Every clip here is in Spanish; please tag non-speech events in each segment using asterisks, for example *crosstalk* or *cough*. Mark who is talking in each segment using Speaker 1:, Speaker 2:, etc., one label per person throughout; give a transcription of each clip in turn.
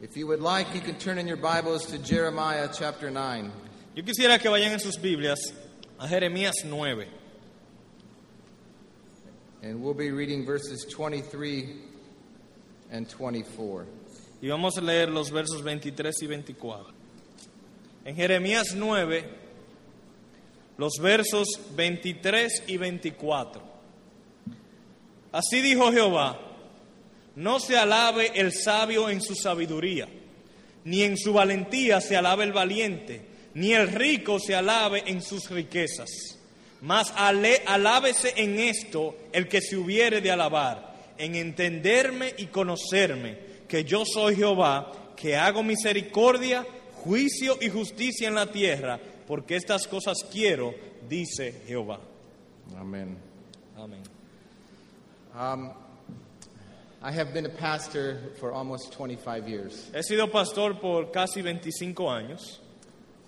Speaker 1: If you would like, you can turn in your Bibles to Jeremiah chapter 9.
Speaker 2: Yo quisiera que vayan en sus Biblias a Jeremías 9
Speaker 1: And we'll be reading verses 23 and 24.
Speaker 2: y vamos a leer los versos 23 y 24. En Jeremías 9, los versos 23 y 24. Así dijo Jehová, no se alabe el sabio en su sabiduría, ni en su valentía se alabe el valiente, ni el rico se alabe en sus riquezas. Mas ale- alábese en esto el que se hubiere de alabar, en entenderme y conocerme, que yo soy Jehová, que hago misericordia, juicio y justicia en la tierra, porque estas cosas quiero, dice Jehová.
Speaker 1: Amen.
Speaker 2: Amén.
Speaker 1: Um, I have been a pastor for almost 25 years.
Speaker 2: He sido pastor por casi 25 años.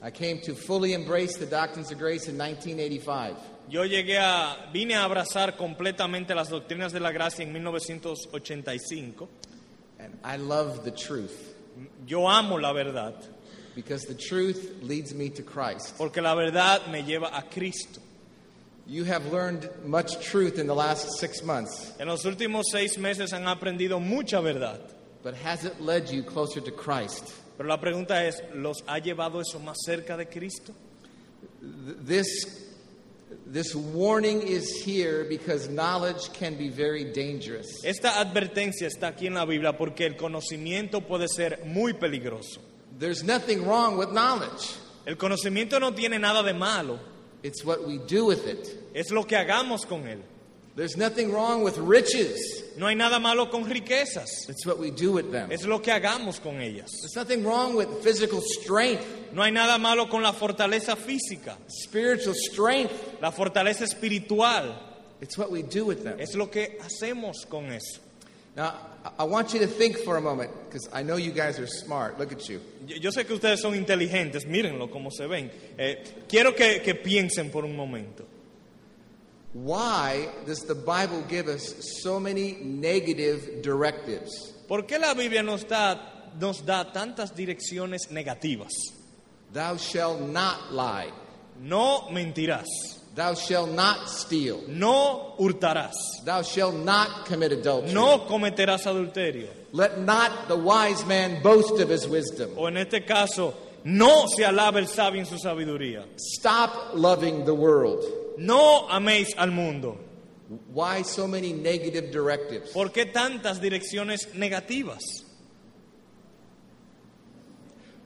Speaker 1: I came to fully embrace the doctrines of grace in 1985.
Speaker 2: Yo llegué a, vine a abrazar completamente las doctrinas de la gracia en 1985.
Speaker 1: And I love the truth
Speaker 2: Yo amo la verdad,
Speaker 1: because the truth leads me to Christ.
Speaker 2: porque la verdad me lleva a Cristo.
Speaker 1: You have learned much truth in the last six months,
Speaker 2: En los últimos seis meses han aprendido mucha verdad,
Speaker 1: but has it led you closer to Christ?
Speaker 2: pero la pregunta es, ¿los ha llevado eso más cerca de Cristo?
Speaker 1: Th- This, this warning is here because knowledge can be very dangerous.
Speaker 2: Esta advertencia está aquí en la Biblia porque el conocimiento puede ser muy peligroso.
Speaker 1: There's nothing wrong with knowledge,
Speaker 2: El conocimiento no tiene nada de malo,
Speaker 1: it's what we do with it.
Speaker 2: es lo que hagamos con él.
Speaker 1: There's nothing wrong with riches,
Speaker 2: No hay nada malo con riquezas,
Speaker 1: it's what we do with them.
Speaker 2: es lo que hagamos con ellas.
Speaker 1: There's nothing wrong with physical strength,
Speaker 2: No hay nada malo con la fortaleza física,
Speaker 1: spiritual strength,
Speaker 2: la fortaleza espiritual.
Speaker 1: it's what we do with them.
Speaker 2: Es lo que hacemos con eso.
Speaker 1: Now, I- I want you to think for a moment because I know you guys are smart. Look at you.
Speaker 2: Yo, yo sé que ustedes son inteligentes, mírenlo cómo se ven. Eh, quiero que, que piensen por un momento.
Speaker 1: Why does the Bible give us so many negative directives?
Speaker 2: ¿Por qué la Biblia nos da, nos da tantas direcciones negativas?
Speaker 1: Thou shalt not lie.
Speaker 2: No mentirás,
Speaker 1: Thou shalt not steal.
Speaker 2: no hurtarás,
Speaker 1: Thou shalt not commit adultery.
Speaker 2: no cometerás adulterio.
Speaker 1: Let not the wise man boast of his wisdom.
Speaker 2: O en este caso, no se alabe el sabio en su sabiduría.
Speaker 1: Stop loving the world.
Speaker 2: No améis al mundo.
Speaker 1: Why so many negative directives?
Speaker 2: ¿Por qué tantas direcciones negativas?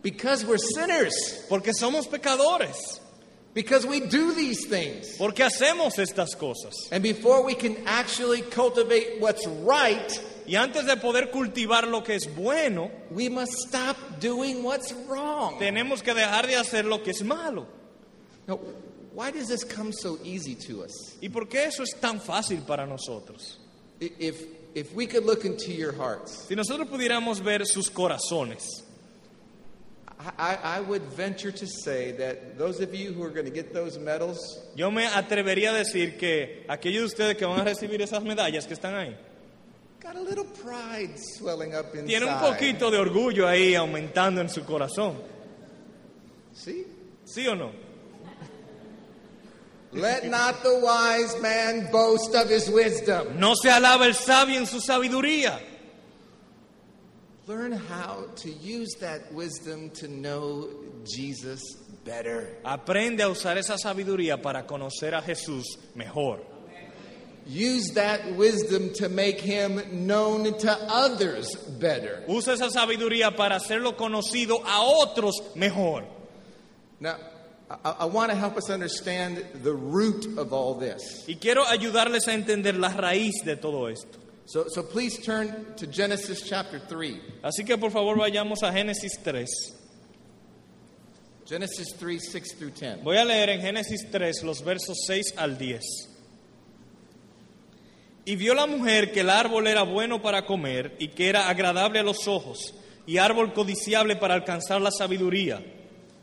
Speaker 1: Because we're sinners.
Speaker 2: Porque somos pecadores,
Speaker 1: Because we do these things.
Speaker 2: porque hacemos estas cosas.
Speaker 1: And before we can actually cultivate what's right,
Speaker 2: Y antes de poder cultivar lo que es bueno,
Speaker 1: we must stop doing what's wrong.
Speaker 2: tenemos que dejar de hacer lo que es malo.
Speaker 1: Now, why does this come so easy to us?
Speaker 2: ¿Y por qué eso es tan fácil para nosotros?
Speaker 1: I- If, if we could look into your hearts,
Speaker 2: Si nosotros pudiéramos ver sus corazones,
Speaker 1: I, I I would venture to say that those of you who are going to get those medals,
Speaker 2: yo me atrevería a decir que aquellos de ustedes que van a recibir esas medallas que están ahí,
Speaker 1: got a little pride swelling up inside.
Speaker 2: tienen un poquito de orgullo ahí aumentando en su corazón.
Speaker 1: See?
Speaker 2: ¿Sí o no?
Speaker 1: Let not the wise man boast of his wisdom.
Speaker 2: No se alaba el sabio en su sabiduría.
Speaker 1: Learn how to use that wisdom to know Jesus better.
Speaker 2: Aprende a usar esa sabiduría para conocer a Jesús mejor.
Speaker 1: Use that wisdom to make him known to others better.
Speaker 2: Usa esa sabiduría para hacerlo conocido a otros mejor.
Speaker 1: Now, I, I want to help us understand the root of all this.
Speaker 2: Y quiero ayudarles a entender la raíz de todo esto.
Speaker 1: So, so please turn to Genesis chapter 3.
Speaker 2: Así que por favor vayamos a Génesis 3.
Speaker 1: Genesis 3, 6 through 10.
Speaker 2: Voy a leer en Génesis 3 los versos 6 al 10. Y vio la mujer que el árbol era bueno para comer y que era agradable a los ojos y árbol codiciable para alcanzar la sabiduría.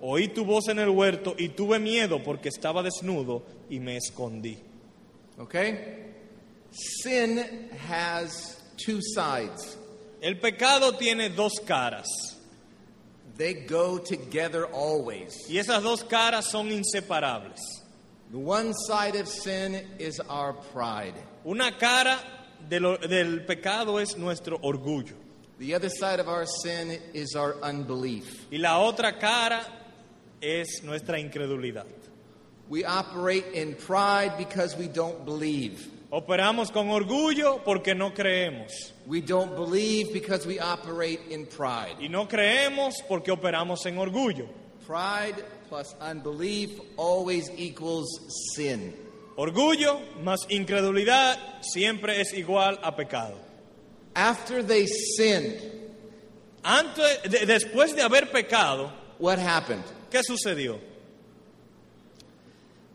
Speaker 2: oí tu voz en el huerto y tuve miedo porque estaba desnudo y me escondí.
Speaker 1: Okay? Sin has two sides,
Speaker 2: El pecado tiene dos caras
Speaker 1: they go together always.
Speaker 2: y esas dos caras son inseparables.
Speaker 1: The one side of sin is our pride,
Speaker 2: Una cara de lo- del pecado es nuestro orgullo
Speaker 1: the other side of our sin is our unbelief.
Speaker 2: y la otra cara es nuestra incredulidad.
Speaker 1: We operate in pride because we don't believe.
Speaker 2: Operamos con orgullo porque no creemos
Speaker 1: We don't believe because we operate in pride.
Speaker 2: y no creemos porque operamos en orgullo.
Speaker 1: Pride plus unbelief always equals sin.
Speaker 2: Orgullo más incredulidad siempre es igual a pecado.
Speaker 1: After they sinned,
Speaker 2: Antes, de- después de haber pecado,
Speaker 1: what happened?
Speaker 2: ¿qué sucedió?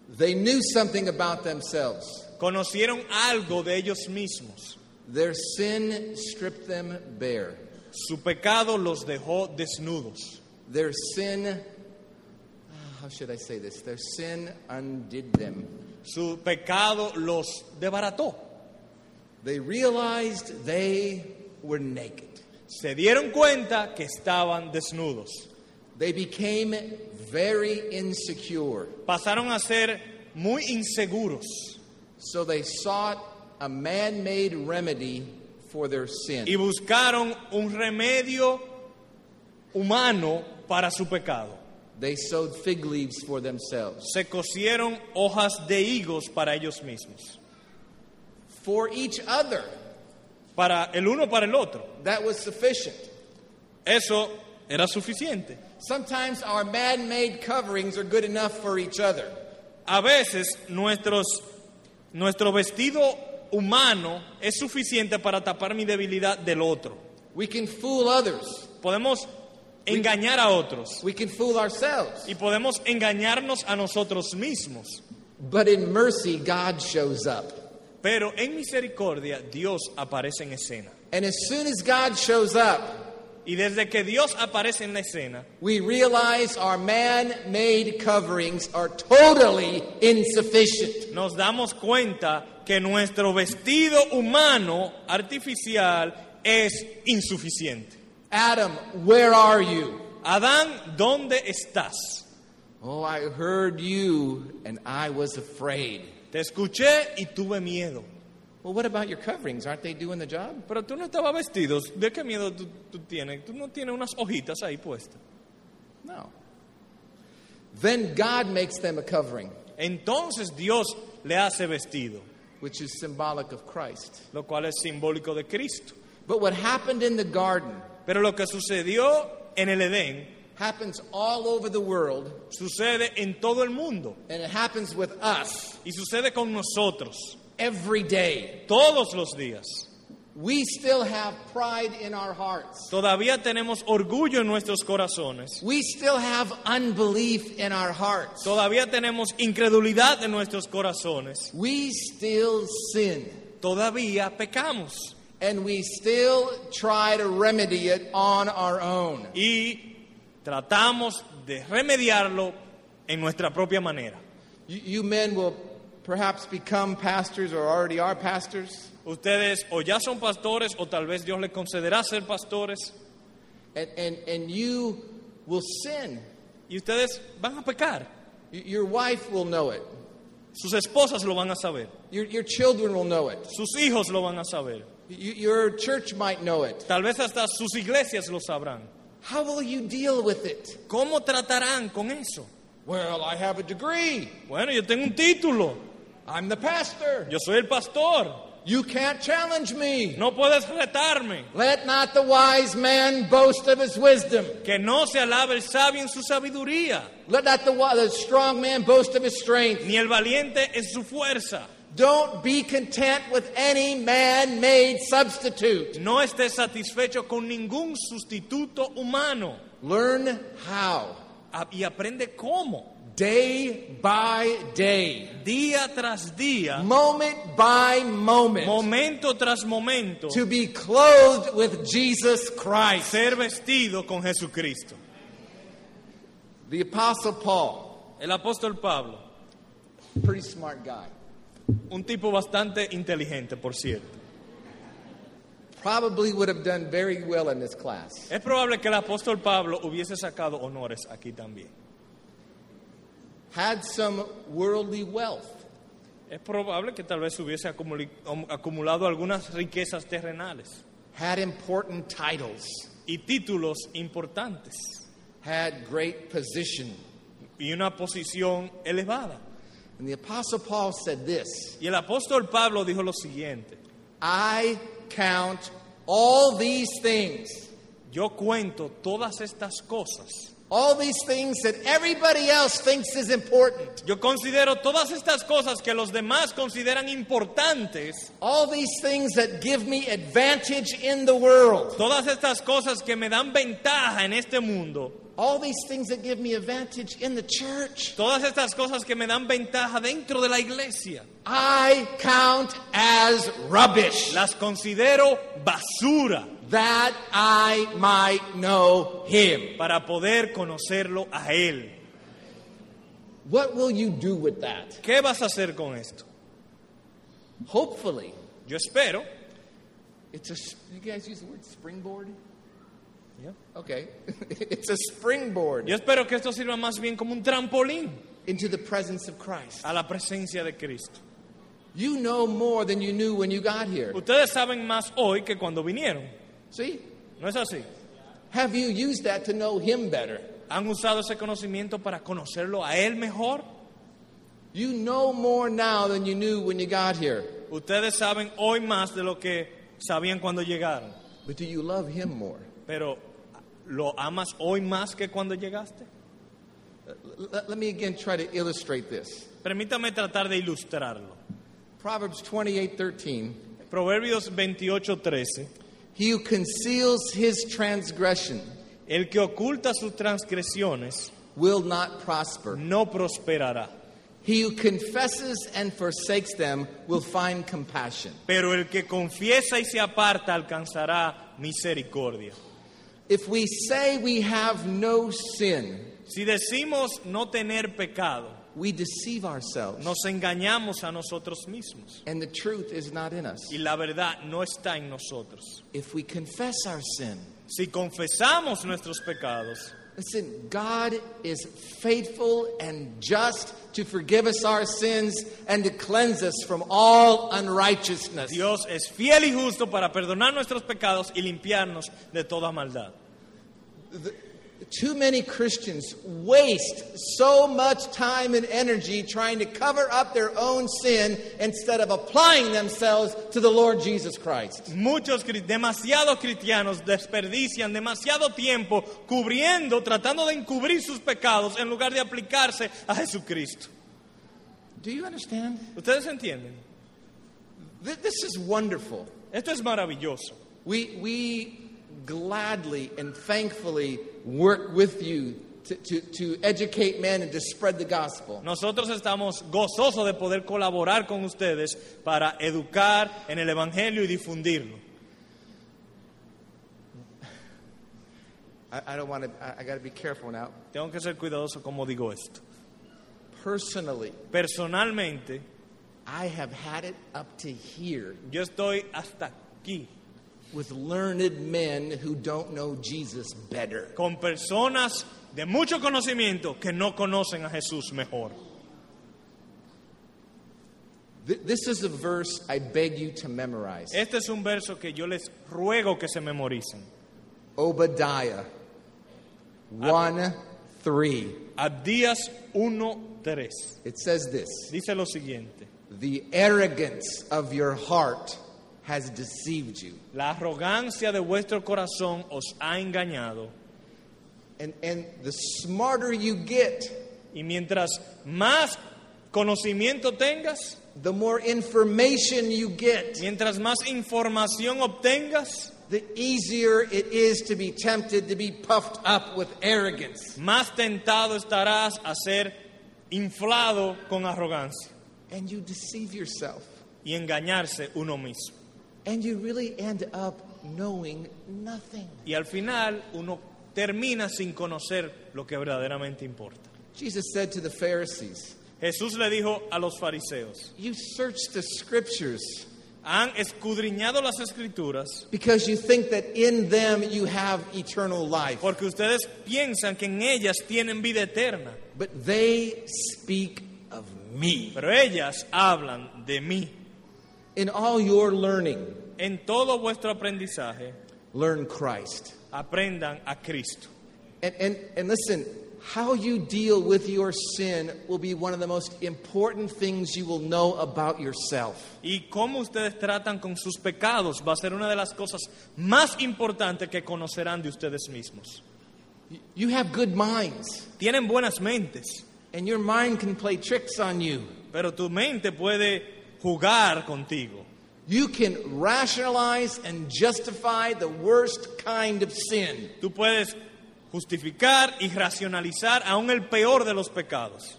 Speaker 1: They knew something about themselves.
Speaker 2: Conocieron algo de ellos mismos.
Speaker 1: Their sin stripped them bare.
Speaker 2: Su pecado los dejó desnudos.
Speaker 1: Their sin, ah, how should I say this? Their sin undid them.
Speaker 2: Su pecado los desbarató.
Speaker 1: They realized they were naked.
Speaker 2: Se dieron cuenta que estaban desnudos.
Speaker 1: They became very insecure.
Speaker 2: Pasaron a ser muy inseguros
Speaker 1: So they sought a man made remedy for their
Speaker 2: y
Speaker 1: sin.
Speaker 2: buscaron un remedio humano para su pecado.
Speaker 1: They sowed fig leaves for themselves.
Speaker 2: Se cosieron hojas de higos para ellos mismos,
Speaker 1: For each other,
Speaker 2: para el uno para el otro.
Speaker 1: that was sufficient.
Speaker 2: Eso era suficiente.
Speaker 1: Sometimes our man made coverings are good enough for each other.
Speaker 2: A veces nuestros, nuestro vestido humano es suficiente para tapar mi debilidad del otro.
Speaker 1: We can fool others,
Speaker 2: Podemos engañar a otros
Speaker 1: we can fool ourselves.
Speaker 2: y podemos engañarnos a nosotros mismos.
Speaker 1: But in mercy, God shows up.
Speaker 2: Pero en misericordia Dios aparece en escena.
Speaker 1: And as soon as God shows up,
Speaker 2: Y desde que Dios aparece en la escena,
Speaker 1: we realize our man made coverings are totally insufficient.
Speaker 2: nos damos cuenta que nuestro vestido humano artificial es insuficiente.
Speaker 1: Adam, where are you?
Speaker 2: Adán, ¿dónde estás?
Speaker 1: Oh, I heard you and I was afraid.
Speaker 2: Te escuché y tuve miedo.
Speaker 1: Well, what about your coverings? Aren't they doing the job?
Speaker 2: Pero tú no estabas vestido. ¿De qué miedo tú, tú tienes? Tú no tienes unas hojitas ahí puestas.
Speaker 1: No. Then God makes them a covering,
Speaker 2: Entonces Dios le hace vestido,
Speaker 1: which is symbolic of Christ.
Speaker 2: lo cual es simbólico de Cristo.
Speaker 1: But what happened in the garden
Speaker 2: Pero lo que sucedió en el Edén
Speaker 1: happens all over the world,
Speaker 2: sucede en todo el mundo
Speaker 1: and it happens with us
Speaker 2: y sucede con nosotros
Speaker 1: every day.
Speaker 2: todos los días.
Speaker 1: We still have pride in our hearts.
Speaker 2: Todavía tenemos orgullo en nuestros corazones.
Speaker 1: We still have unbelief in our hearts.
Speaker 2: Todavía tenemos incredulidad en nuestros corazones.
Speaker 1: We still sin.
Speaker 2: Todavía pecamos.
Speaker 1: And we still try to remedy it on our own.
Speaker 2: y tratamos de remediarlo en nuestra propia manera.
Speaker 1: You, you men will perhaps become pastors or already are pastors.
Speaker 2: Ustedes o ya son pastores o tal vez Dios les concederá ser pastores
Speaker 1: And, and, and you will sin.
Speaker 2: y ustedes van a pecar.
Speaker 1: Y- Your wife will know it.
Speaker 2: Sus esposas lo van a saber,
Speaker 1: Your, your children will know it.
Speaker 2: sus hijos lo van a saber,
Speaker 1: You, your church might know it.
Speaker 2: tal vez hasta sus iglesias lo sabrán.
Speaker 1: How will you deal with it?
Speaker 2: ¿Cómo tratarán con eso?
Speaker 1: Well, I have a degree.
Speaker 2: Bueno, yo tengo un título,
Speaker 1: I'm the pastor.
Speaker 2: yo soy el pastor,
Speaker 1: You can't challenge me.
Speaker 2: no puedes retarme.
Speaker 1: Let not the wise man boast of his wisdom.
Speaker 2: Que no se alabe el sabio en su sabiduría,
Speaker 1: Let not the, wi- the strong man boast of his strength.
Speaker 2: ni el valiente en su fuerza.
Speaker 1: Don't be content with any man made substitute.
Speaker 2: No estés satisfecho con ningún sustituto humano
Speaker 1: Learn how,
Speaker 2: A- y aprende cómo,
Speaker 1: day by day,
Speaker 2: día tras día,
Speaker 1: moment by moment,
Speaker 2: momento tras momento,
Speaker 1: to be clothed with Jesus Christ.
Speaker 2: ser vestido con Jesucristo.
Speaker 1: The Apostle Paul,
Speaker 2: El apóstol Pablo,
Speaker 1: pretty smart guy,
Speaker 2: un tipo bastante inteligente, por cierto.
Speaker 1: probably would have done very well in this class.
Speaker 2: Es probable que el apóstol Pablo hubiese sacado honores aquí también.
Speaker 1: Had some worldly wealth.
Speaker 2: Es probable que tal vez hubiese acumuli- um, acumulado algunas riquezas terrenales
Speaker 1: had important titles,
Speaker 2: y títulos importantes
Speaker 1: had great position.
Speaker 2: y una posición elevada.
Speaker 1: And the Apostle Paul said this
Speaker 2: Y el apóstol Pablo dijo lo siguiente,
Speaker 1: I count all these things,
Speaker 2: yo cuento todas estas cosas,
Speaker 1: all these things that everybody else thinks is important,
Speaker 2: yo considero todas estas cosas que los demás consideran importantes,
Speaker 1: all these things that give me advantage in the world,
Speaker 2: todas estas cosas que me dan ventaja en este mundo,
Speaker 1: all these things that give me advantage in the church,
Speaker 2: todas estas cosas que me dan ventaja dentro de la iglesia,
Speaker 1: I count as rubbish
Speaker 2: las considero basura.
Speaker 1: that I might know him.
Speaker 2: para poder conocerlo a Él.
Speaker 1: What will you do with that?
Speaker 2: ¿Qué vas a hacer con esto?
Speaker 1: Hopefully,
Speaker 2: Yo espero.
Speaker 1: It's a. You guys use the word springboard? Okay. *laughs* it's a springboard
Speaker 2: Yo espero que esto sirva más bien como un trampolín
Speaker 1: into the presence of Christ.
Speaker 2: a la presencia de Cristo.
Speaker 1: You know more than you knew when you got here.
Speaker 2: Ustedes saben más hoy que cuando vinieron.
Speaker 1: See?
Speaker 2: ¿No es así?
Speaker 1: Have you used that to know Him better?
Speaker 2: ¿Han usado ese conocimiento para conocerlo a Él mejor?
Speaker 1: You know more now than you knew when you got here.
Speaker 2: Ustedes saben hoy más de lo que sabían cuando llegaron.
Speaker 1: But do you love Him more?
Speaker 2: Pero ¿lo amas hoy más que cuando llegaste?
Speaker 1: L- let me again try to illustrate this.
Speaker 2: Permítame tratar de ilustrarlo.
Speaker 1: Proverbs 28 13.
Speaker 2: Proverbios 28:13.
Speaker 1: He who conceals his transgression
Speaker 2: El que oculta sus transgresiones
Speaker 1: will not prosper.
Speaker 2: no prosperará,
Speaker 1: He who confesses and forsakes them will find compassion.
Speaker 2: pero el que confiesa y se aparta alcanzará misericordia.
Speaker 1: If we say we have no sin,
Speaker 2: Si decimos no tener pecado,
Speaker 1: we deceive ourselves,
Speaker 2: nos engañamos a nosotros mismos
Speaker 1: and the truth is not in us.
Speaker 2: y la verdad no está en nosotros.
Speaker 1: If we confess our sin,
Speaker 2: Si confesamos nuestros pecados,
Speaker 1: listen, God is faithful and just to forgive us our sins and to cleanse us from all unrighteousness.
Speaker 2: Dios es fiel y justo para perdonar nuestros pecados y limpiarnos de toda maldad.
Speaker 1: Too many Christians waste so much time and energy trying to cover up their own sin instead of applying themselves to the Lord Jesus Christ.
Speaker 2: Muchos, cri- demasiados cristianos desperdician demasiado tiempo cubriendo, tratando de encubrir sus pecados en lugar de aplicarse a Jesucristo.
Speaker 1: Do you understand?
Speaker 2: ¿Ustedes entienden?
Speaker 1: Th- This is wonderful.
Speaker 2: Esto es maravilloso.
Speaker 1: We, we gladly and thankfully work with you to, to, to educate men and to spread the gospel.
Speaker 2: Nosotros estamos gozosos de poder colaborar con ustedes para educar en el Evangelio y difundirlo.
Speaker 1: I, I don't want to, I, I got to be careful now.
Speaker 2: Tengo que ser cuidadoso como digo esto.
Speaker 1: Personally,
Speaker 2: Personalmente,
Speaker 1: I have had it up to here
Speaker 2: yo estoy hasta aquí
Speaker 1: with learned men who don't know Jesus better.
Speaker 2: con personas de mucho conocimiento que no conocen a Jesús mejor.
Speaker 1: Th- this is a verse I beg you to memorize
Speaker 2: Este es un verso que yo les ruego que se memoricen.
Speaker 1: Obadiah 1 3.
Speaker 2: Abdías 1:3
Speaker 1: It says this.
Speaker 2: dice lo siguiente:
Speaker 1: The arrogance of your heart has deceived you.
Speaker 2: La arrogancia de vuestro corazón os ha engañado,
Speaker 1: And, and the smarter you get,
Speaker 2: y mientras más conocimiento tengas,
Speaker 1: the more information you get,
Speaker 2: Mientras más información obtengas,
Speaker 1: the easier it is to be tempted to be puffed up with arrogance.
Speaker 2: más tentado estarás a ser inflado con arrogancia
Speaker 1: And you deceive yourself.
Speaker 2: y engañarse uno mismo.
Speaker 1: And you really end up knowing nothing.
Speaker 2: Y al final uno termina sin conocer lo que verdaderamente importa.
Speaker 1: Jesus said to the Pharisees,
Speaker 2: Jesús le dijo a los fariseos,
Speaker 1: You search the scriptures
Speaker 2: han escudriñado las escrituras
Speaker 1: because you think that in them you have eternal life.
Speaker 2: porque ustedes piensan que en ellas tienen vida eterna,
Speaker 1: But they speak of me.
Speaker 2: pero ellas hablan de mí.
Speaker 1: In all your learning,
Speaker 2: En todo vuestro aprendizaje
Speaker 1: learn Christ.
Speaker 2: aprendan a Cristo.
Speaker 1: And, and, and listen, how you deal with your sin will be one of the most important things you will know about yourself.
Speaker 2: Y cómo ustedes tratan con sus pecados va a ser una de las cosas más importantes que conocerán de ustedes mismos.
Speaker 1: You have good minds,
Speaker 2: Tienen buenas mentes,
Speaker 1: and your mind can play tricks on you.
Speaker 2: pero tu mente puede jugar contigo.
Speaker 1: You can rationalize and justify the worst kind of sin.
Speaker 2: Tú puedes justificar y racionalizar aún el peor de los pecados.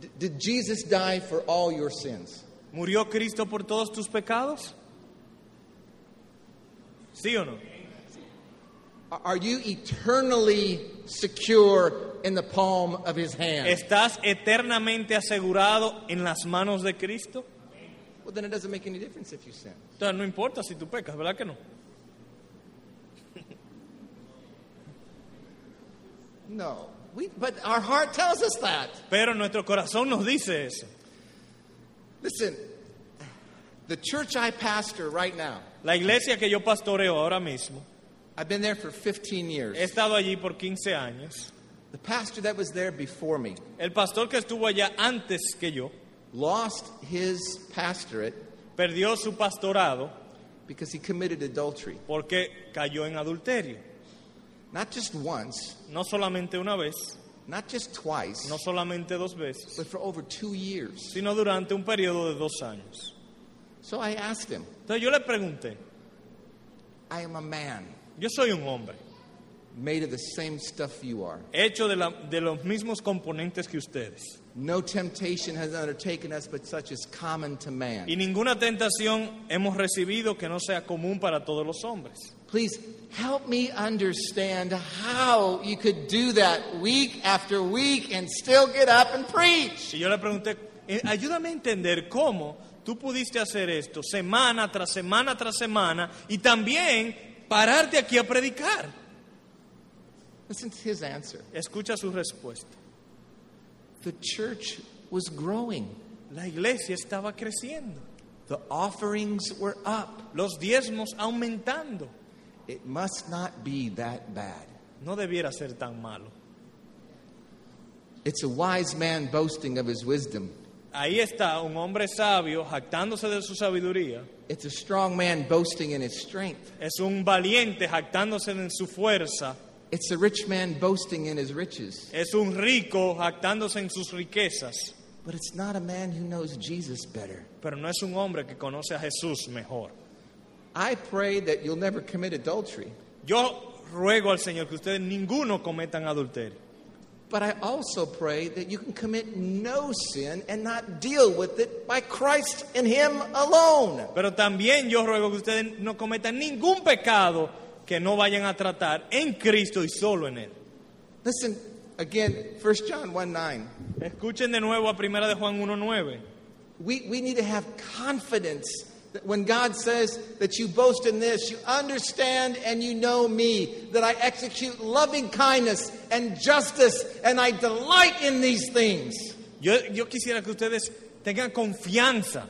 Speaker 1: D- did Jesus die for all your sins?
Speaker 2: ¿Murió Cristo por todos tus pecados? ¿Sí o no?
Speaker 1: Are- Are you eternally secure in the palm of his hand?
Speaker 2: ¿Estás eternamente asegurado en las manos de Cristo?
Speaker 1: Well, then it doesn't make any difference if you sin.
Speaker 2: Entonces no importa si tú pecas, ¿verdad que no?
Speaker 1: No. We, but our heart tells us that.
Speaker 2: Pero nuestro corazón nos dice eso.
Speaker 1: Listen, the church I pastor right now,
Speaker 2: La iglesia que yo pastoreo ahora mismo,
Speaker 1: I've been there for 15 years.
Speaker 2: he estado allí por 15 años.
Speaker 1: the pastor that was there before me
Speaker 2: El pastor que estuvo allá antes que yo
Speaker 1: lost his pastorate
Speaker 2: perdió su pastorado
Speaker 1: because he committed adultery.
Speaker 2: porque cayó en adulterio.
Speaker 1: Not just once,
Speaker 2: No solamente una vez,
Speaker 1: not just twice,
Speaker 2: no solamente dos veces,
Speaker 1: but for over two years.
Speaker 2: sino durante un periodo de dos años.
Speaker 1: So I asked him,
Speaker 2: Entonces yo le pregunté,
Speaker 1: I am a man
Speaker 2: yo soy un hombre,
Speaker 1: made of the same stuff you are.
Speaker 2: hecho de, la- de los mismos componentes que ustedes,
Speaker 1: No temptation has undertaken us but such as common to man.
Speaker 2: y ninguna tentación hemos recibido que no sea común para todos los hombres.
Speaker 1: Please help me understand how you could do that week after week and still get up and preach.
Speaker 2: Y yo le pregunté, eh, ayúdame a entender cómo tú pudiste hacer esto semana tras semana tras semana y también pararte aquí a predicar.
Speaker 1: Listen to his answer.
Speaker 2: Escucha su respuesta.
Speaker 1: The church was growing,
Speaker 2: La iglesia estaba creciendo,
Speaker 1: the offerings were up.
Speaker 2: los diezmos aumentando.
Speaker 1: It must not be that bad.
Speaker 2: No debiera ser tan malo.
Speaker 1: It's a wise man boasting of his wisdom.
Speaker 2: Ahí está un hombre sabio jactándose de su sabiduría.
Speaker 1: It's a strong man boasting in his strength.
Speaker 2: Es un valiente jactándose de su fuerza.
Speaker 1: It's a rich man boasting in his riches.
Speaker 2: Es un rico jactándose en sus riquezas.
Speaker 1: But it's not a man who knows Jesus better.
Speaker 2: Pero no es un hombre que conoce a Jesús mejor.
Speaker 1: I pray that you'll never commit adultery.
Speaker 2: Yo ruego al Señor que ustedes ninguno cometan adulterio.
Speaker 1: But I also pray that you can commit no sin and not deal with it by Christ and Him alone.
Speaker 2: Pero también yo ruego que ustedes no cometan ningún pecado que no vayan a tratar en Cristo y solo en Él.
Speaker 1: Listen again, 1 John 1 9.
Speaker 2: Escuchen de nuevo a Primera de Juan 1.9.
Speaker 1: We, we need to have confidence that when God says that you boast in this, you understand and you know me, that I execute loving kindness and justice, and I delight in these things.
Speaker 2: Yo, yo quisiera que ustedes tengan confianza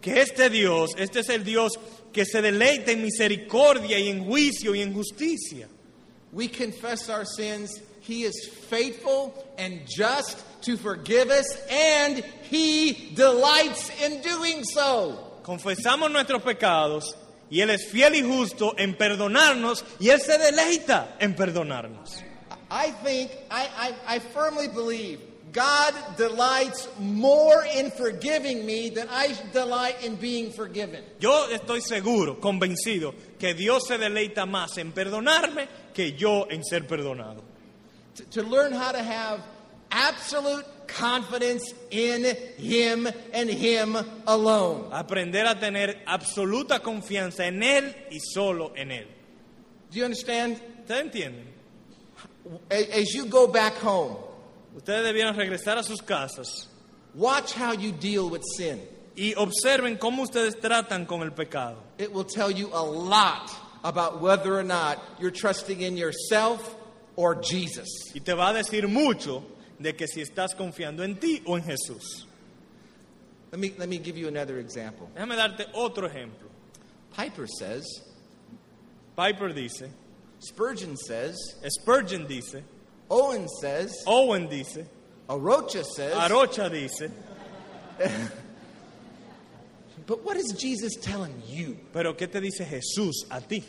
Speaker 2: que este Dios, este es el Dios que se deleita en misericordia y en juicio y en justicia.
Speaker 1: We confess our sins. He is faithful and just to forgive us, and He delights in doing so.
Speaker 2: Confesamos nuestros pecados y Él es fiel y justo en perdonarnos y Él se deleita en perdonarnos.
Speaker 1: I think, I, I, I firmly believe God delights more in forgiving me than I delight in being forgiven.
Speaker 2: Yo estoy seguro, convencido, que Dios se deleita más en perdonarme que yo en ser perdonado.
Speaker 1: To, to learn how to have absolute confidence in Him and Him alone.
Speaker 2: Aprender a tener absoluta confianza en Él y solo en Él.
Speaker 1: Do you understand?
Speaker 2: ¿Ustedes entienden?
Speaker 1: A- As you go back home,
Speaker 2: Ustedes debieron regresar a sus casas
Speaker 1: watch how you deal with sin.
Speaker 2: y observen cómo ustedes tratan con el pecado.
Speaker 1: It will tell you a lot about whether or not you're trusting in yourself or Jesus.
Speaker 2: Y te va a decir mucho de que si estás confiando en ti o en Jesús.
Speaker 1: Let me, let me give you another example.
Speaker 2: Déjame darte otro ejemplo.
Speaker 1: Piper says,
Speaker 2: Piper dice,
Speaker 1: Spurgeon says,
Speaker 2: Spurgeon dice,
Speaker 1: Owen says,
Speaker 2: Owen dice,
Speaker 1: Arocha says,
Speaker 2: Arocha dice,
Speaker 1: but what is Jesus telling you?
Speaker 2: pero ¿qué te dice Jesús a ti?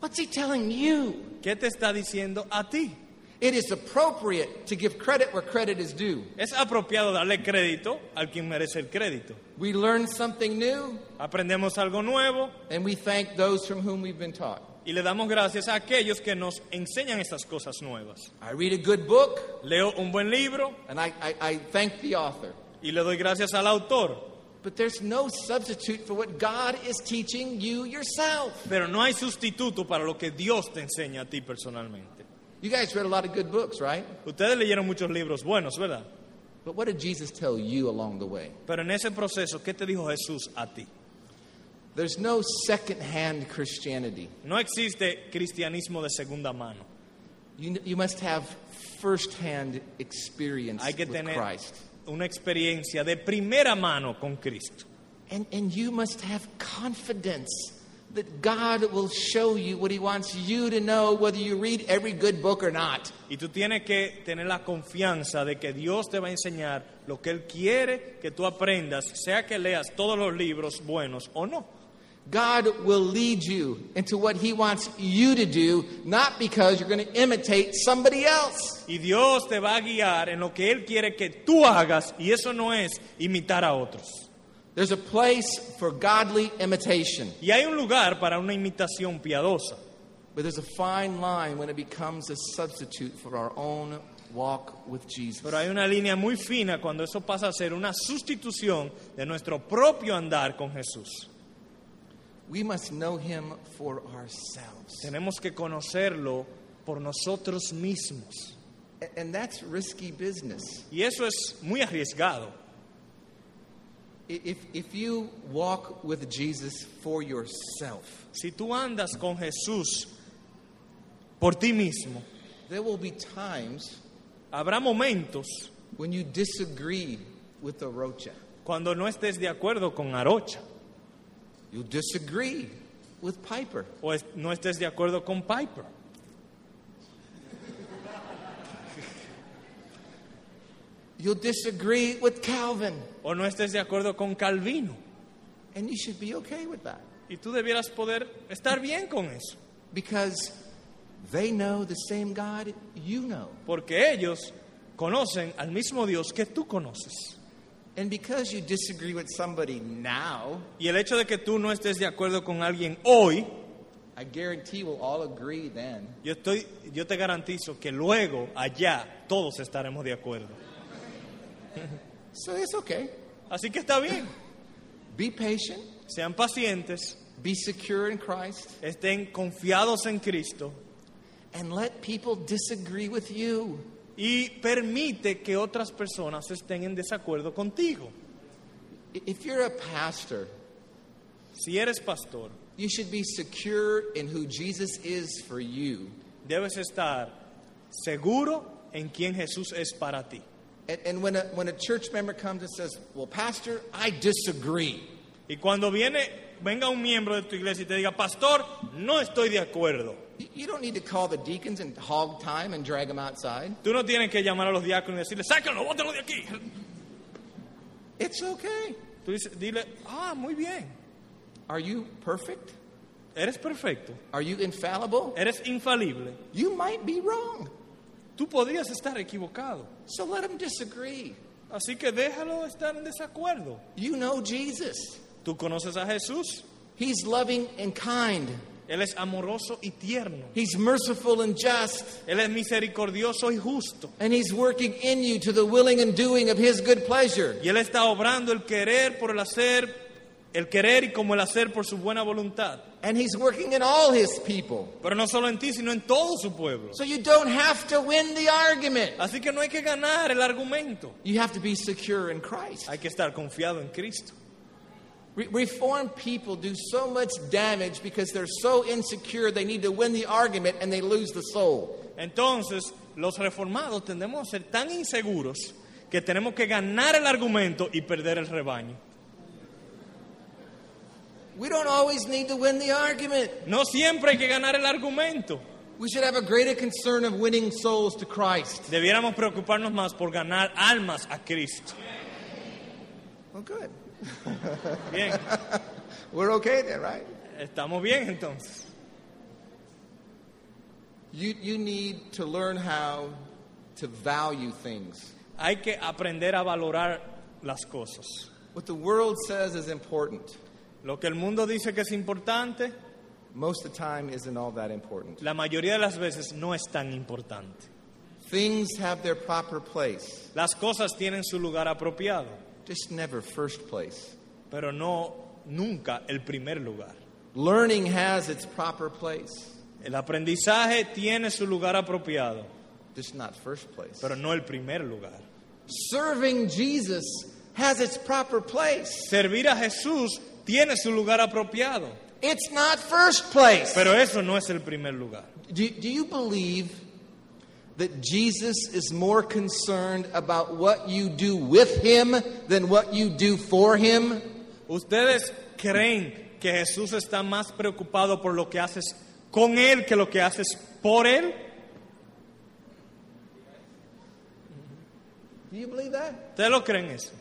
Speaker 1: What's he telling you?
Speaker 2: ¿Qué te está diciendo a ti?
Speaker 1: It is appropriate to give credit where credit is due.
Speaker 2: Es apropiado darle crédito al quien merece el crédito.
Speaker 1: We learn something new
Speaker 2: Aprendemos algo nuevo
Speaker 1: and we thank those from whom we've been taught.
Speaker 2: y le damos gracias a aquellos que nos enseñan estas cosas nuevas.
Speaker 1: I read a good book
Speaker 2: Leo un buen libro
Speaker 1: and I, I, I thank the author.
Speaker 2: y le doy gracias al autor,
Speaker 1: But there's no substitute for what God is teaching you yourself.
Speaker 2: pero no hay sustituto para lo que Dios te enseña a ti personalmente.
Speaker 1: You guys read a lot of good books, right?
Speaker 2: Ustedes leyeron muchos libros buenos, ¿verdad?
Speaker 1: But what did Jesus tell you along the way?
Speaker 2: Pero en ese proceso, ¿qué te dijo Jesús a ti?
Speaker 1: There's no second-hand Christianity.
Speaker 2: No existe cristianismo de segunda mano.
Speaker 1: You, you must have first-hand experience
Speaker 2: Hay que
Speaker 1: with
Speaker 2: tener
Speaker 1: Christ.
Speaker 2: una experiencia de primera mano con Cristo.
Speaker 1: And, and you must have confidence that God will show you what He wants you to know, whether you read every good book or not.
Speaker 2: Y tú tienes que tener la confianza de que Dios te va a enseñar lo que Él quiere que tú aprendas, sea que leas todos los libros buenos o no.
Speaker 1: God will lead you into what He wants you to do, not because you're going to imitate somebody else.
Speaker 2: Y Dios te va a guiar en lo que Él quiere que tú hagas, y eso no es imitar a otros.
Speaker 1: There's a place for godly imitation,
Speaker 2: Y hay un lugar para una imitación piadosa,
Speaker 1: but there's a fine line when it becomes a substitute for our own walk with Jesus.
Speaker 2: pero hay una línea muy fina cuando eso pasa a ser una sustitución de nuestro propio andar con Jesús.
Speaker 1: We must know Him for ourselves.
Speaker 2: Tenemos que conocerlo por nosotros mismos.
Speaker 1: A- And that's risky business.
Speaker 2: Y eso es muy arriesgado.
Speaker 1: If, if you walk with Jesus for yourself,
Speaker 2: Si tú andas con Jesús por ti mismo,
Speaker 1: there will be times
Speaker 2: habrá momentos
Speaker 1: when you disagree with Arocha.
Speaker 2: cuando no estés de acuerdo con Arocha
Speaker 1: You'll disagree with Piper.
Speaker 2: o es- no estés de acuerdo con Piper.
Speaker 1: You'll disagree with Calvin.
Speaker 2: o no estés de acuerdo con Calvino.
Speaker 1: And you should be okay with that
Speaker 2: Y tú debieras poder estar bien con eso,
Speaker 1: because they know the same God you know.
Speaker 2: porque ellos conocen al mismo Dios que tú conoces.
Speaker 1: And because you disagree with somebody now,
Speaker 2: Y el hecho de que tú no estés de acuerdo con alguien hoy,
Speaker 1: I guarantee we'll all agree then.
Speaker 2: yo, estoy, yo te garantizo que luego, allá, todos estaremos de acuerdo.
Speaker 1: So it's okay.
Speaker 2: Así que está bien,
Speaker 1: Be patient,
Speaker 2: sean pacientes,
Speaker 1: be secure in Christ.
Speaker 2: estén confiados en Cristo
Speaker 1: and let people disagree with you.
Speaker 2: y permite que otras personas estén en desacuerdo contigo.
Speaker 1: I- If you're a pastor,
Speaker 2: Si eres pastor,
Speaker 1: you should be secure in who Jesus is for you
Speaker 2: Debes estar seguro en quién Jesús es para ti.
Speaker 1: And, and when, a, when a church member comes and says, Well, Pastor, I disagree,
Speaker 2: Y cuando viene, venga un miembro de tu iglesia y te diga, pastor, no estoy de acuerdo.
Speaker 1: y- you don't need to call the deacons and hog time and drag them outside.
Speaker 2: Tú no tienes que llamar a los diáconos y decirle, sácalo, bótalo de aquí.
Speaker 1: It's okay.
Speaker 2: Tú dices, dile, ah, muy bien,
Speaker 1: Are you perfect?
Speaker 2: eres perfecto,
Speaker 1: Are you infallible?
Speaker 2: eres infalible.
Speaker 1: You might be wrong.
Speaker 2: Tú podías estar equivocado.
Speaker 1: So let them disagree.
Speaker 2: Así que déjalo estar en desacuerdo.
Speaker 1: You know Jesus.
Speaker 2: Tú conoces a Jesús.
Speaker 1: He's loving and kind.
Speaker 2: Él es amoroso y tierno.
Speaker 1: He's merciful and just.
Speaker 2: Él es misericordioso y justo.
Speaker 1: And He's working in you to the willing and doing of His good pleasure.
Speaker 2: Y Él está obrando el querer por el hacer, el querer y como el hacer por su buena voluntad.
Speaker 1: And He's working in all His people.
Speaker 2: Pero no solo en ti, sino en todo su pueblo.
Speaker 1: So you don't have to win the argument.
Speaker 2: Así que no hay que ganar el argumento.
Speaker 1: You have to be secure in Christ.
Speaker 2: Hay que estar confiado en Cristo.
Speaker 1: Re- Reformed people do so much damage because they're so insecure they need to win the argument and they lose the soul.
Speaker 2: Entonces, los reformados tendemos a ser tan inseguros que tenemos que ganar el argumento y perder el rebaño.
Speaker 1: We don't always need to win the argument.
Speaker 2: No siempre hay que ganar el argumento.
Speaker 1: We should have a greater concern of winning souls to Christ.
Speaker 2: Debiéramos preocuparnos más por ganar almas a Cristo.
Speaker 1: Well, good.
Speaker 2: Bien,
Speaker 1: We're okay then, right?
Speaker 2: estamos bien entonces.
Speaker 1: You, you need to learn how to value things.
Speaker 2: Hay que aprender a valorar las cosas.
Speaker 1: What the world says is important,
Speaker 2: Lo que el mundo dice que es importante,
Speaker 1: most of the time isn't all that important.
Speaker 2: la mayoría de las veces no es tan importante.
Speaker 1: Things have their proper place,
Speaker 2: Las cosas tienen su lugar apropiado,
Speaker 1: just never first place.
Speaker 2: pero no nunca el primer lugar.
Speaker 1: Learning has its proper place,
Speaker 2: El aprendizaje tiene su lugar apropiado,
Speaker 1: just not first place.
Speaker 2: pero no el primer lugar.
Speaker 1: Serving Jesus has its proper place.
Speaker 2: Servir a Jesús tiene su lugar apropiado,
Speaker 1: It's not first place.
Speaker 2: pero eso no es el primer lugar.
Speaker 1: Do, do you believe that Jesus is more concerned about what you do with him than what you do for him?
Speaker 2: ¿Ustedes creen que Jesús está más preocupado por lo que haces con Él que lo que haces por Él?
Speaker 1: Do you believe that?
Speaker 2: ¿Ustedes lo creen eso?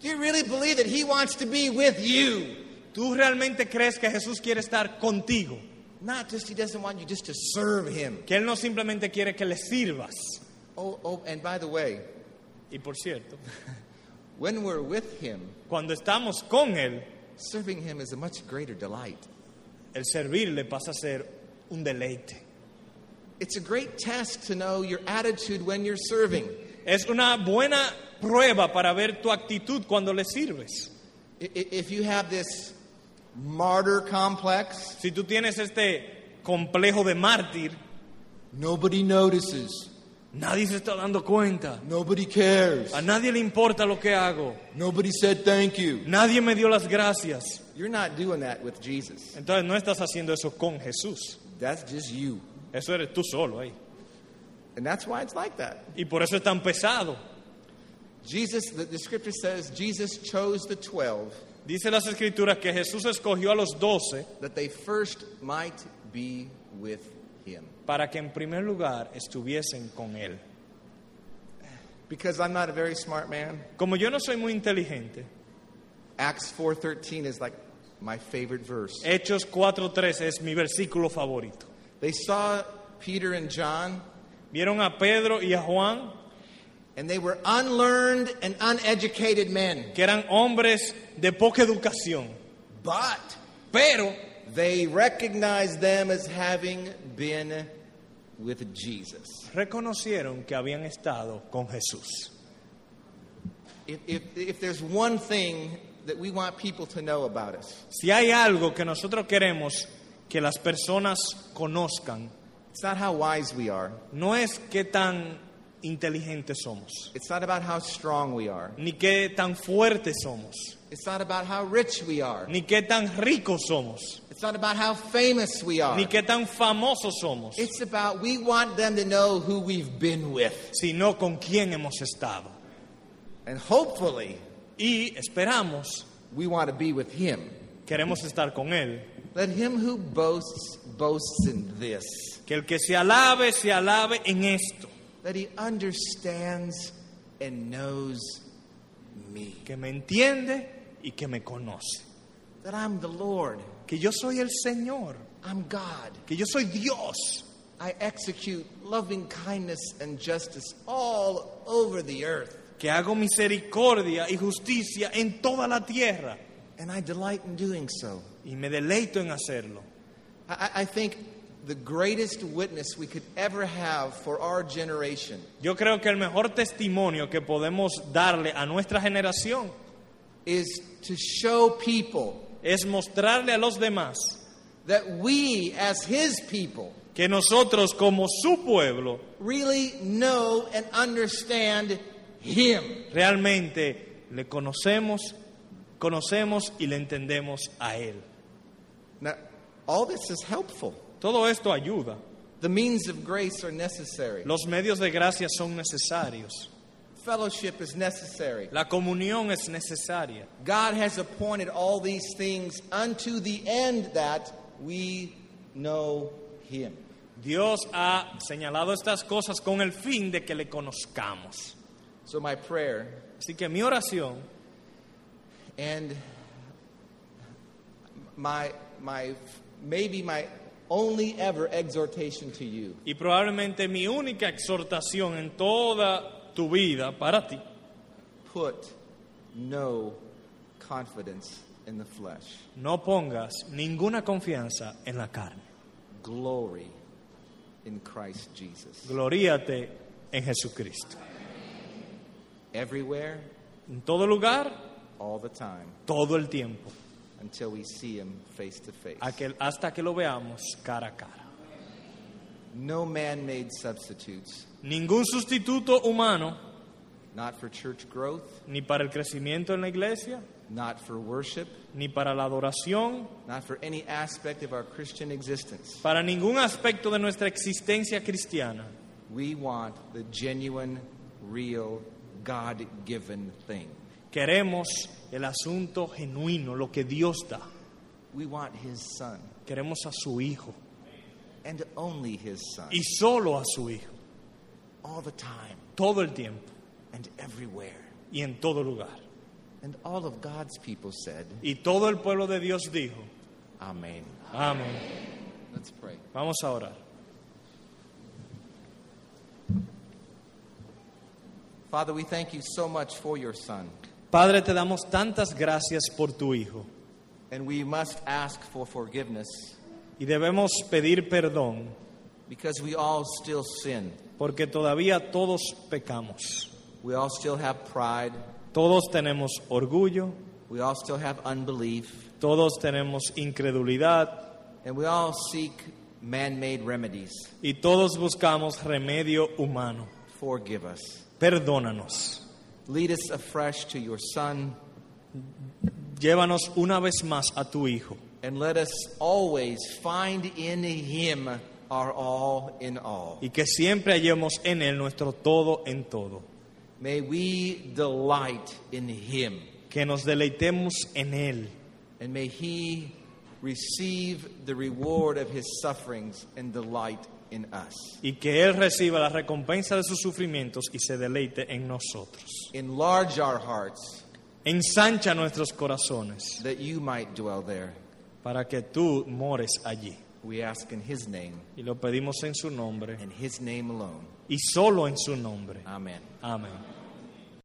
Speaker 1: Do you really believe that he wants to be with you?
Speaker 2: ¿Tú realmente crees que Jesús quiere estar contigo?
Speaker 1: Not just he doesn't want you just to serve him.
Speaker 2: Que Él no simplemente quiere que le sirvas.
Speaker 1: Oh, oh, and by the way,
Speaker 2: Y por cierto,
Speaker 1: when we're with him,
Speaker 2: cuando estamos con Él,
Speaker 1: serving him is a much greater delight.
Speaker 2: el servirle pasa a ser un deleite.
Speaker 1: It's a great test to know your attitude when you're serving.
Speaker 2: Es una buena prueba para ver tu actitud cuando le sirves.
Speaker 1: I- i- If you have this martyr complex,
Speaker 2: Si tú tienes este complejo de mártir,
Speaker 1: nobody notices.
Speaker 2: nadie se está dando cuenta.
Speaker 1: Nobody cares.
Speaker 2: A nadie le importa lo que hago.
Speaker 1: Nobody said thank you.
Speaker 2: Nadie me dio las gracias.
Speaker 1: You're not doing that with Jesus.
Speaker 2: Entonces no estás haciendo eso con Jesús.
Speaker 1: That's just you.
Speaker 2: Eso eres tú solo ahí.
Speaker 1: And that's why it's like that.
Speaker 2: Y por eso es tan pesado.
Speaker 1: Jesus, the, the scripture says, Jesus chose the 12
Speaker 2: Dice las escrituras que Jesús escogió a los doce
Speaker 1: that they first might be with him.
Speaker 2: para que en primer lugar estuviesen con Él.
Speaker 1: Because I'm not a very smart man,
Speaker 2: Como yo no soy muy inteligente,
Speaker 1: Acts 4.13 is like my favorite verse.
Speaker 2: Hechos 4.3 es mi versículo favorito.
Speaker 1: They saw Peter and John,
Speaker 2: Vieron a Pedro y a Juan,
Speaker 1: and they were unlearned and uneducated men.
Speaker 2: que eran hombres de poca educación,
Speaker 1: But
Speaker 2: pero
Speaker 1: they recognized them as having been with Jesus.
Speaker 2: reconocieron que habían estado con Jesús.
Speaker 1: If, if, if there's one thing that we want people to know about us,
Speaker 2: Si hay algo que nosotros queremos que las personas conozcan,
Speaker 1: it's not how wise we are,
Speaker 2: no es qué tan inteligentes somos,
Speaker 1: it's not about how strong we are,
Speaker 2: ni qué tan fuertes somos,
Speaker 1: it's not about how rich we are,
Speaker 2: ni qué tan ricos somos,
Speaker 1: it's not about how famous we are.
Speaker 2: ni qué tan famosos somos,
Speaker 1: It's about we want them to know who we've been with.
Speaker 2: sino con quién hemos estado.
Speaker 1: And hopefully,
Speaker 2: Y esperamos,
Speaker 1: we want to be with Him.
Speaker 2: queremos estar con Él,
Speaker 1: Let him who boasts, boasts in this,
Speaker 2: que el que se alabe, se alabe en esto,
Speaker 1: that he understands and knows me,
Speaker 2: que me entiende y que me conoce,
Speaker 1: that I'm the Lord,
Speaker 2: que yo soy el Señor,
Speaker 1: I'm God,
Speaker 2: que yo soy Dios,
Speaker 1: I execute loving kindness and justice all over the earth,
Speaker 2: que hago misericordia y justicia en toda la tierra
Speaker 1: and I delight in doing so.
Speaker 2: y me deleito en hacerlo.
Speaker 1: I, I- I think the greatest witness we could ever have for our generation
Speaker 2: Yo creo que el mejor testimonio que podemos darle a nuestra generación
Speaker 1: is to show people
Speaker 2: es mostrarle a los demás
Speaker 1: that we, as His people,
Speaker 2: que nosotros como su pueblo
Speaker 1: really know and understand Him.
Speaker 2: realmente le conocemos, conocemos y le entendemos a Él.
Speaker 1: Now, all this is helpful.
Speaker 2: Todo esto ayuda.
Speaker 1: The means of grace are necessary.
Speaker 2: Los medios de gracia son necesarios.
Speaker 1: Fellowship is necessary.
Speaker 2: La comunión es necesaria.
Speaker 1: God has appointed all these things unto the end that we know Him.
Speaker 2: Dios ha señalado estas cosas con el fin de que le conozcamos.
Speaker 1: So, my prayer,
Speaker 2: Así que mi oración
Speaker 1: and my, my, maybe my only ever exhortation to you
Speaker 2: y probablemente mi única exhortación en toda tu vida para ti
Speaker 1: put no confidence in the flesh.
Speaker 2: No pongas ninguna confianza en la carne.
Speaker 1: Glory in Christ Jesus.
Speaker 2: Gloríate en Jesucristo.
Speaker 1: Everywhere,
Speaker 2: En todo lugar,
Speaker 1: all the time,
Speaker 2: todo el tiempo,
Speaker 1: until we see Him face to face.
Speaker 2: aquel- hasta que lo veamos cara a cara.
Speaker 1: No man made substitutes,
Speaker 2: Ningún sustituto humano,
Speaker 1: not for church growth,
Speaker 2: ni para el crecimiento en la iglesia,
Speaker 1: not for worship,
Speaker 2: ni para la adoración,
Speaker 1: not for any aspect of our Christian existence.
Speaker 2: para ningún aspecto de nuestra existencia cristiana.
Speaker 1: We want the genuine, real, God given thing.
Speaker 2: Queremos el asunto genuino, lo que Dios da.
Speaker 1: We want His Son,
Speaker 2: Queremos a su Hijo
Speaker 1: and only His Son,
Speaker 2: y solo a su Hijo,
Speaker 1: all the time
Speaker 2: todo el tiempo
Speaker 1: and everywhere.
Speaker 2: y en todo lugar.
Speaker 1: And all of God's people said,
Speaker 2: Y todo el pueblo de Dios dijo,
Speaker 1: Amen.
Speaker 2: amén.
Speaker 1: Let's pray.
Speaker 2: Vamos a orar.
Speaker 1: Father, we thank you so much for your Son,
Speaker 2: Padre, te damos tantas gracias por tu Hijo
Speaker 1: and we must ask for forgiveness
Speaker 2: y debemos pedir perdón
Speaker 1: because we all still sin.
Speaker 2: porque todavía todos pecamos.
Speaker 1: We all still have pride.
Speaker 2: Todos tenemos orgullo,
Speaker 1: We all still have unbelief.
Speaker 2: todos tenemos incredulidad
Speaker 1: And we all seek man made remedies.
Speaker 2: y todos buscamos remedio humano.
Speaker 1: Forgive us.
Speaker 2: Perdónanos.
Speaker 1: Lead us afresh to your Son,
Speaker 2: Llévanos una vez más a tu Hijo
Speaker 1: and let us always find in him our all in all.
Speaker 2: y que siempre hallemos en Él nuestro todo en todo.
Speaker 1: May we delight in him,
Speaker 2: Que nos deleitemos en Él
Speaker 1: and may he receive the reward of his sufferings and delight in us.
Speaker 2: y que Él reciba la recompensa de sus sufrimientos y se deleite en nosotros.
Speaker 1: Enlarge our hearts
Speaker 2: Ensancha nuestros corazones
Speaker 1: that you might dwell there.
Speaker 2: para que tú mores allí.
Speaker 1: We ask in his name,
Speaker 2: Y lo pedimos en su nombre
Speaker 1: in his name alone.
Speaker 2: y solo en su nombre.
Speaker 1: Amen.
Speaker 2: Amén.